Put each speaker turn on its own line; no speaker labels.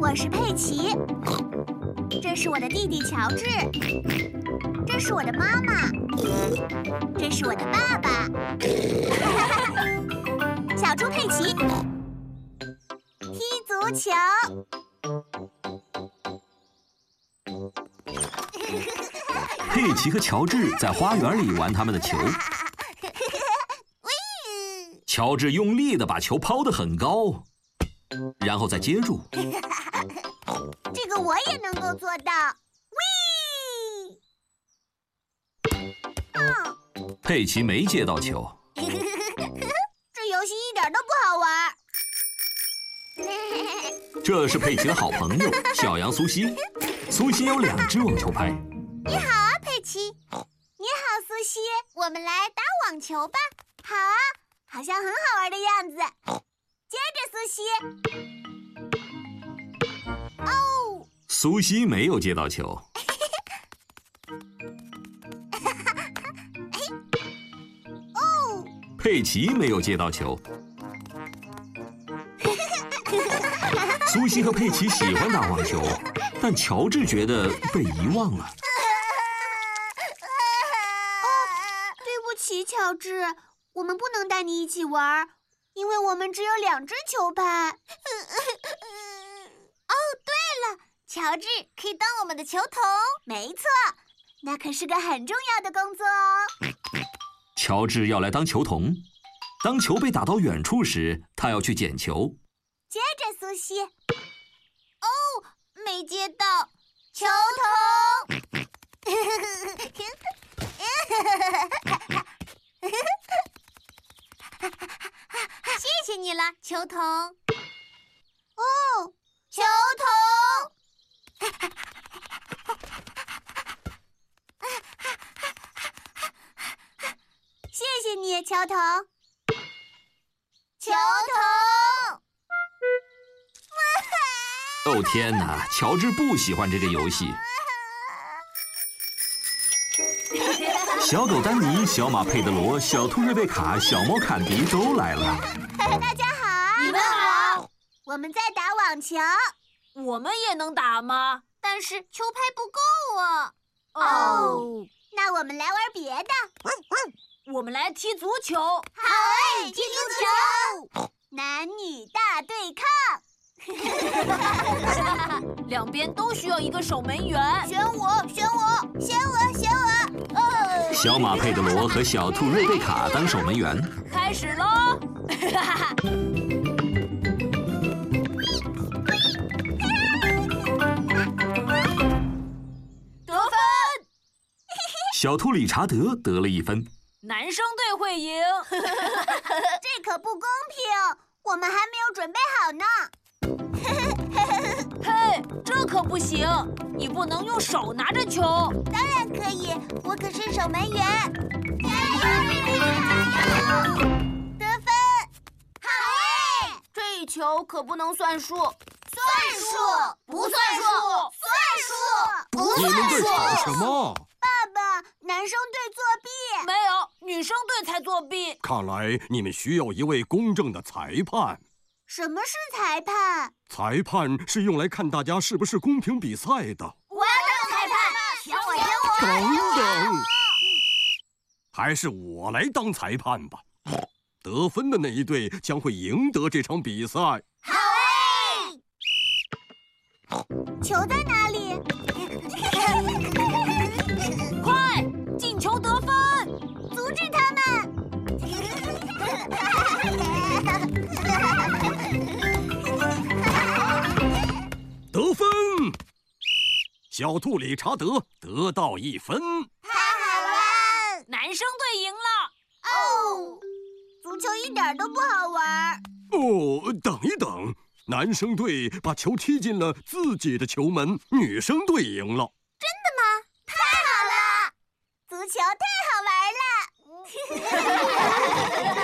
我是佩奇，这是我的弟弟乔治，这是我的妈妈，这是我的爸爸。 小猪佩奇踢足球。
佩奇和乔治在花园里玩他们的球。乔治用力的把球抛得很高，然后再接住。
这个我也能够做到。喂！嗯，
佩奇没接到球，
这游戏一点都不好玩儿。
这是佩奇的好朋友小羊苏西。苏西有两只网球拍，
你好啊，佩奇。你好，苏西。我们来打网球吧。好啊，好像很好玩的样子。接着，苏西。哦，
苏西没有接到球。
哦
佩奇没有接到球。苏西和佩奇喜欢打网球，但乔治觉得被遗忘 了。
哦对不起，乔治，我们不能带你一起玩儿，因为我们只有两只球拍。哦，对了，乔治可以当我们的球童。没错，那可是个很重要的工作哦。
乔治要来当球童，当球被打到远处时，他要去捡球。
接着，苏西。哦，没接到，球童。 谢谢你了，球童。哦，球童。谢谢你，球童。球童。
哦天哪，乔治不喜欢这个游戏。小狗丹尼、小马佩德罗、小兔瑞贝卡、小猫坎迪都来了。
大家好啊！
你们好，
我们在打网球。
我们也能打吗？
但是球拍不够啊。哦，那我们来玩别的。
我们来踢足球。好
哎
踢足
球。男女大对抗，
两边都需要一个守门员。
选我，选我，选我，选我。哦，
小马佩德罗和小兔瑞贝卡当守门员，
开始喽！得分，
小兔理查德得了一分。
男生队会赢。
这可不公平，我们还没有准备好呢。
嘿，这可不行，你不能用手拿着球。
当然可以，我可是守门员。加油，贝卡！得分，好哎！
这一球可不能算数。
算数
不算数，
算数不
你们在吵什么？
爸爸，男生队作弊。
没有，女生队才作弊。
看来你们需要一位公正的裁判。
什么是裁判？
裁判是用来看大家是不是公平比赛的。
我要当裁判，选我，选我。
等等，还是我来当裁判吧。得分的那一队将会赢得这场比赛。
球在哪里？
快，进球得分！
阻止他们！
得分，小兔理查德得到一分。
太
男生队赢了。
好玩哦！足球一点都不好玩。
哦，等一等，男生队把球踢进了自己的球门，女生队赢了。
足球太好玩了。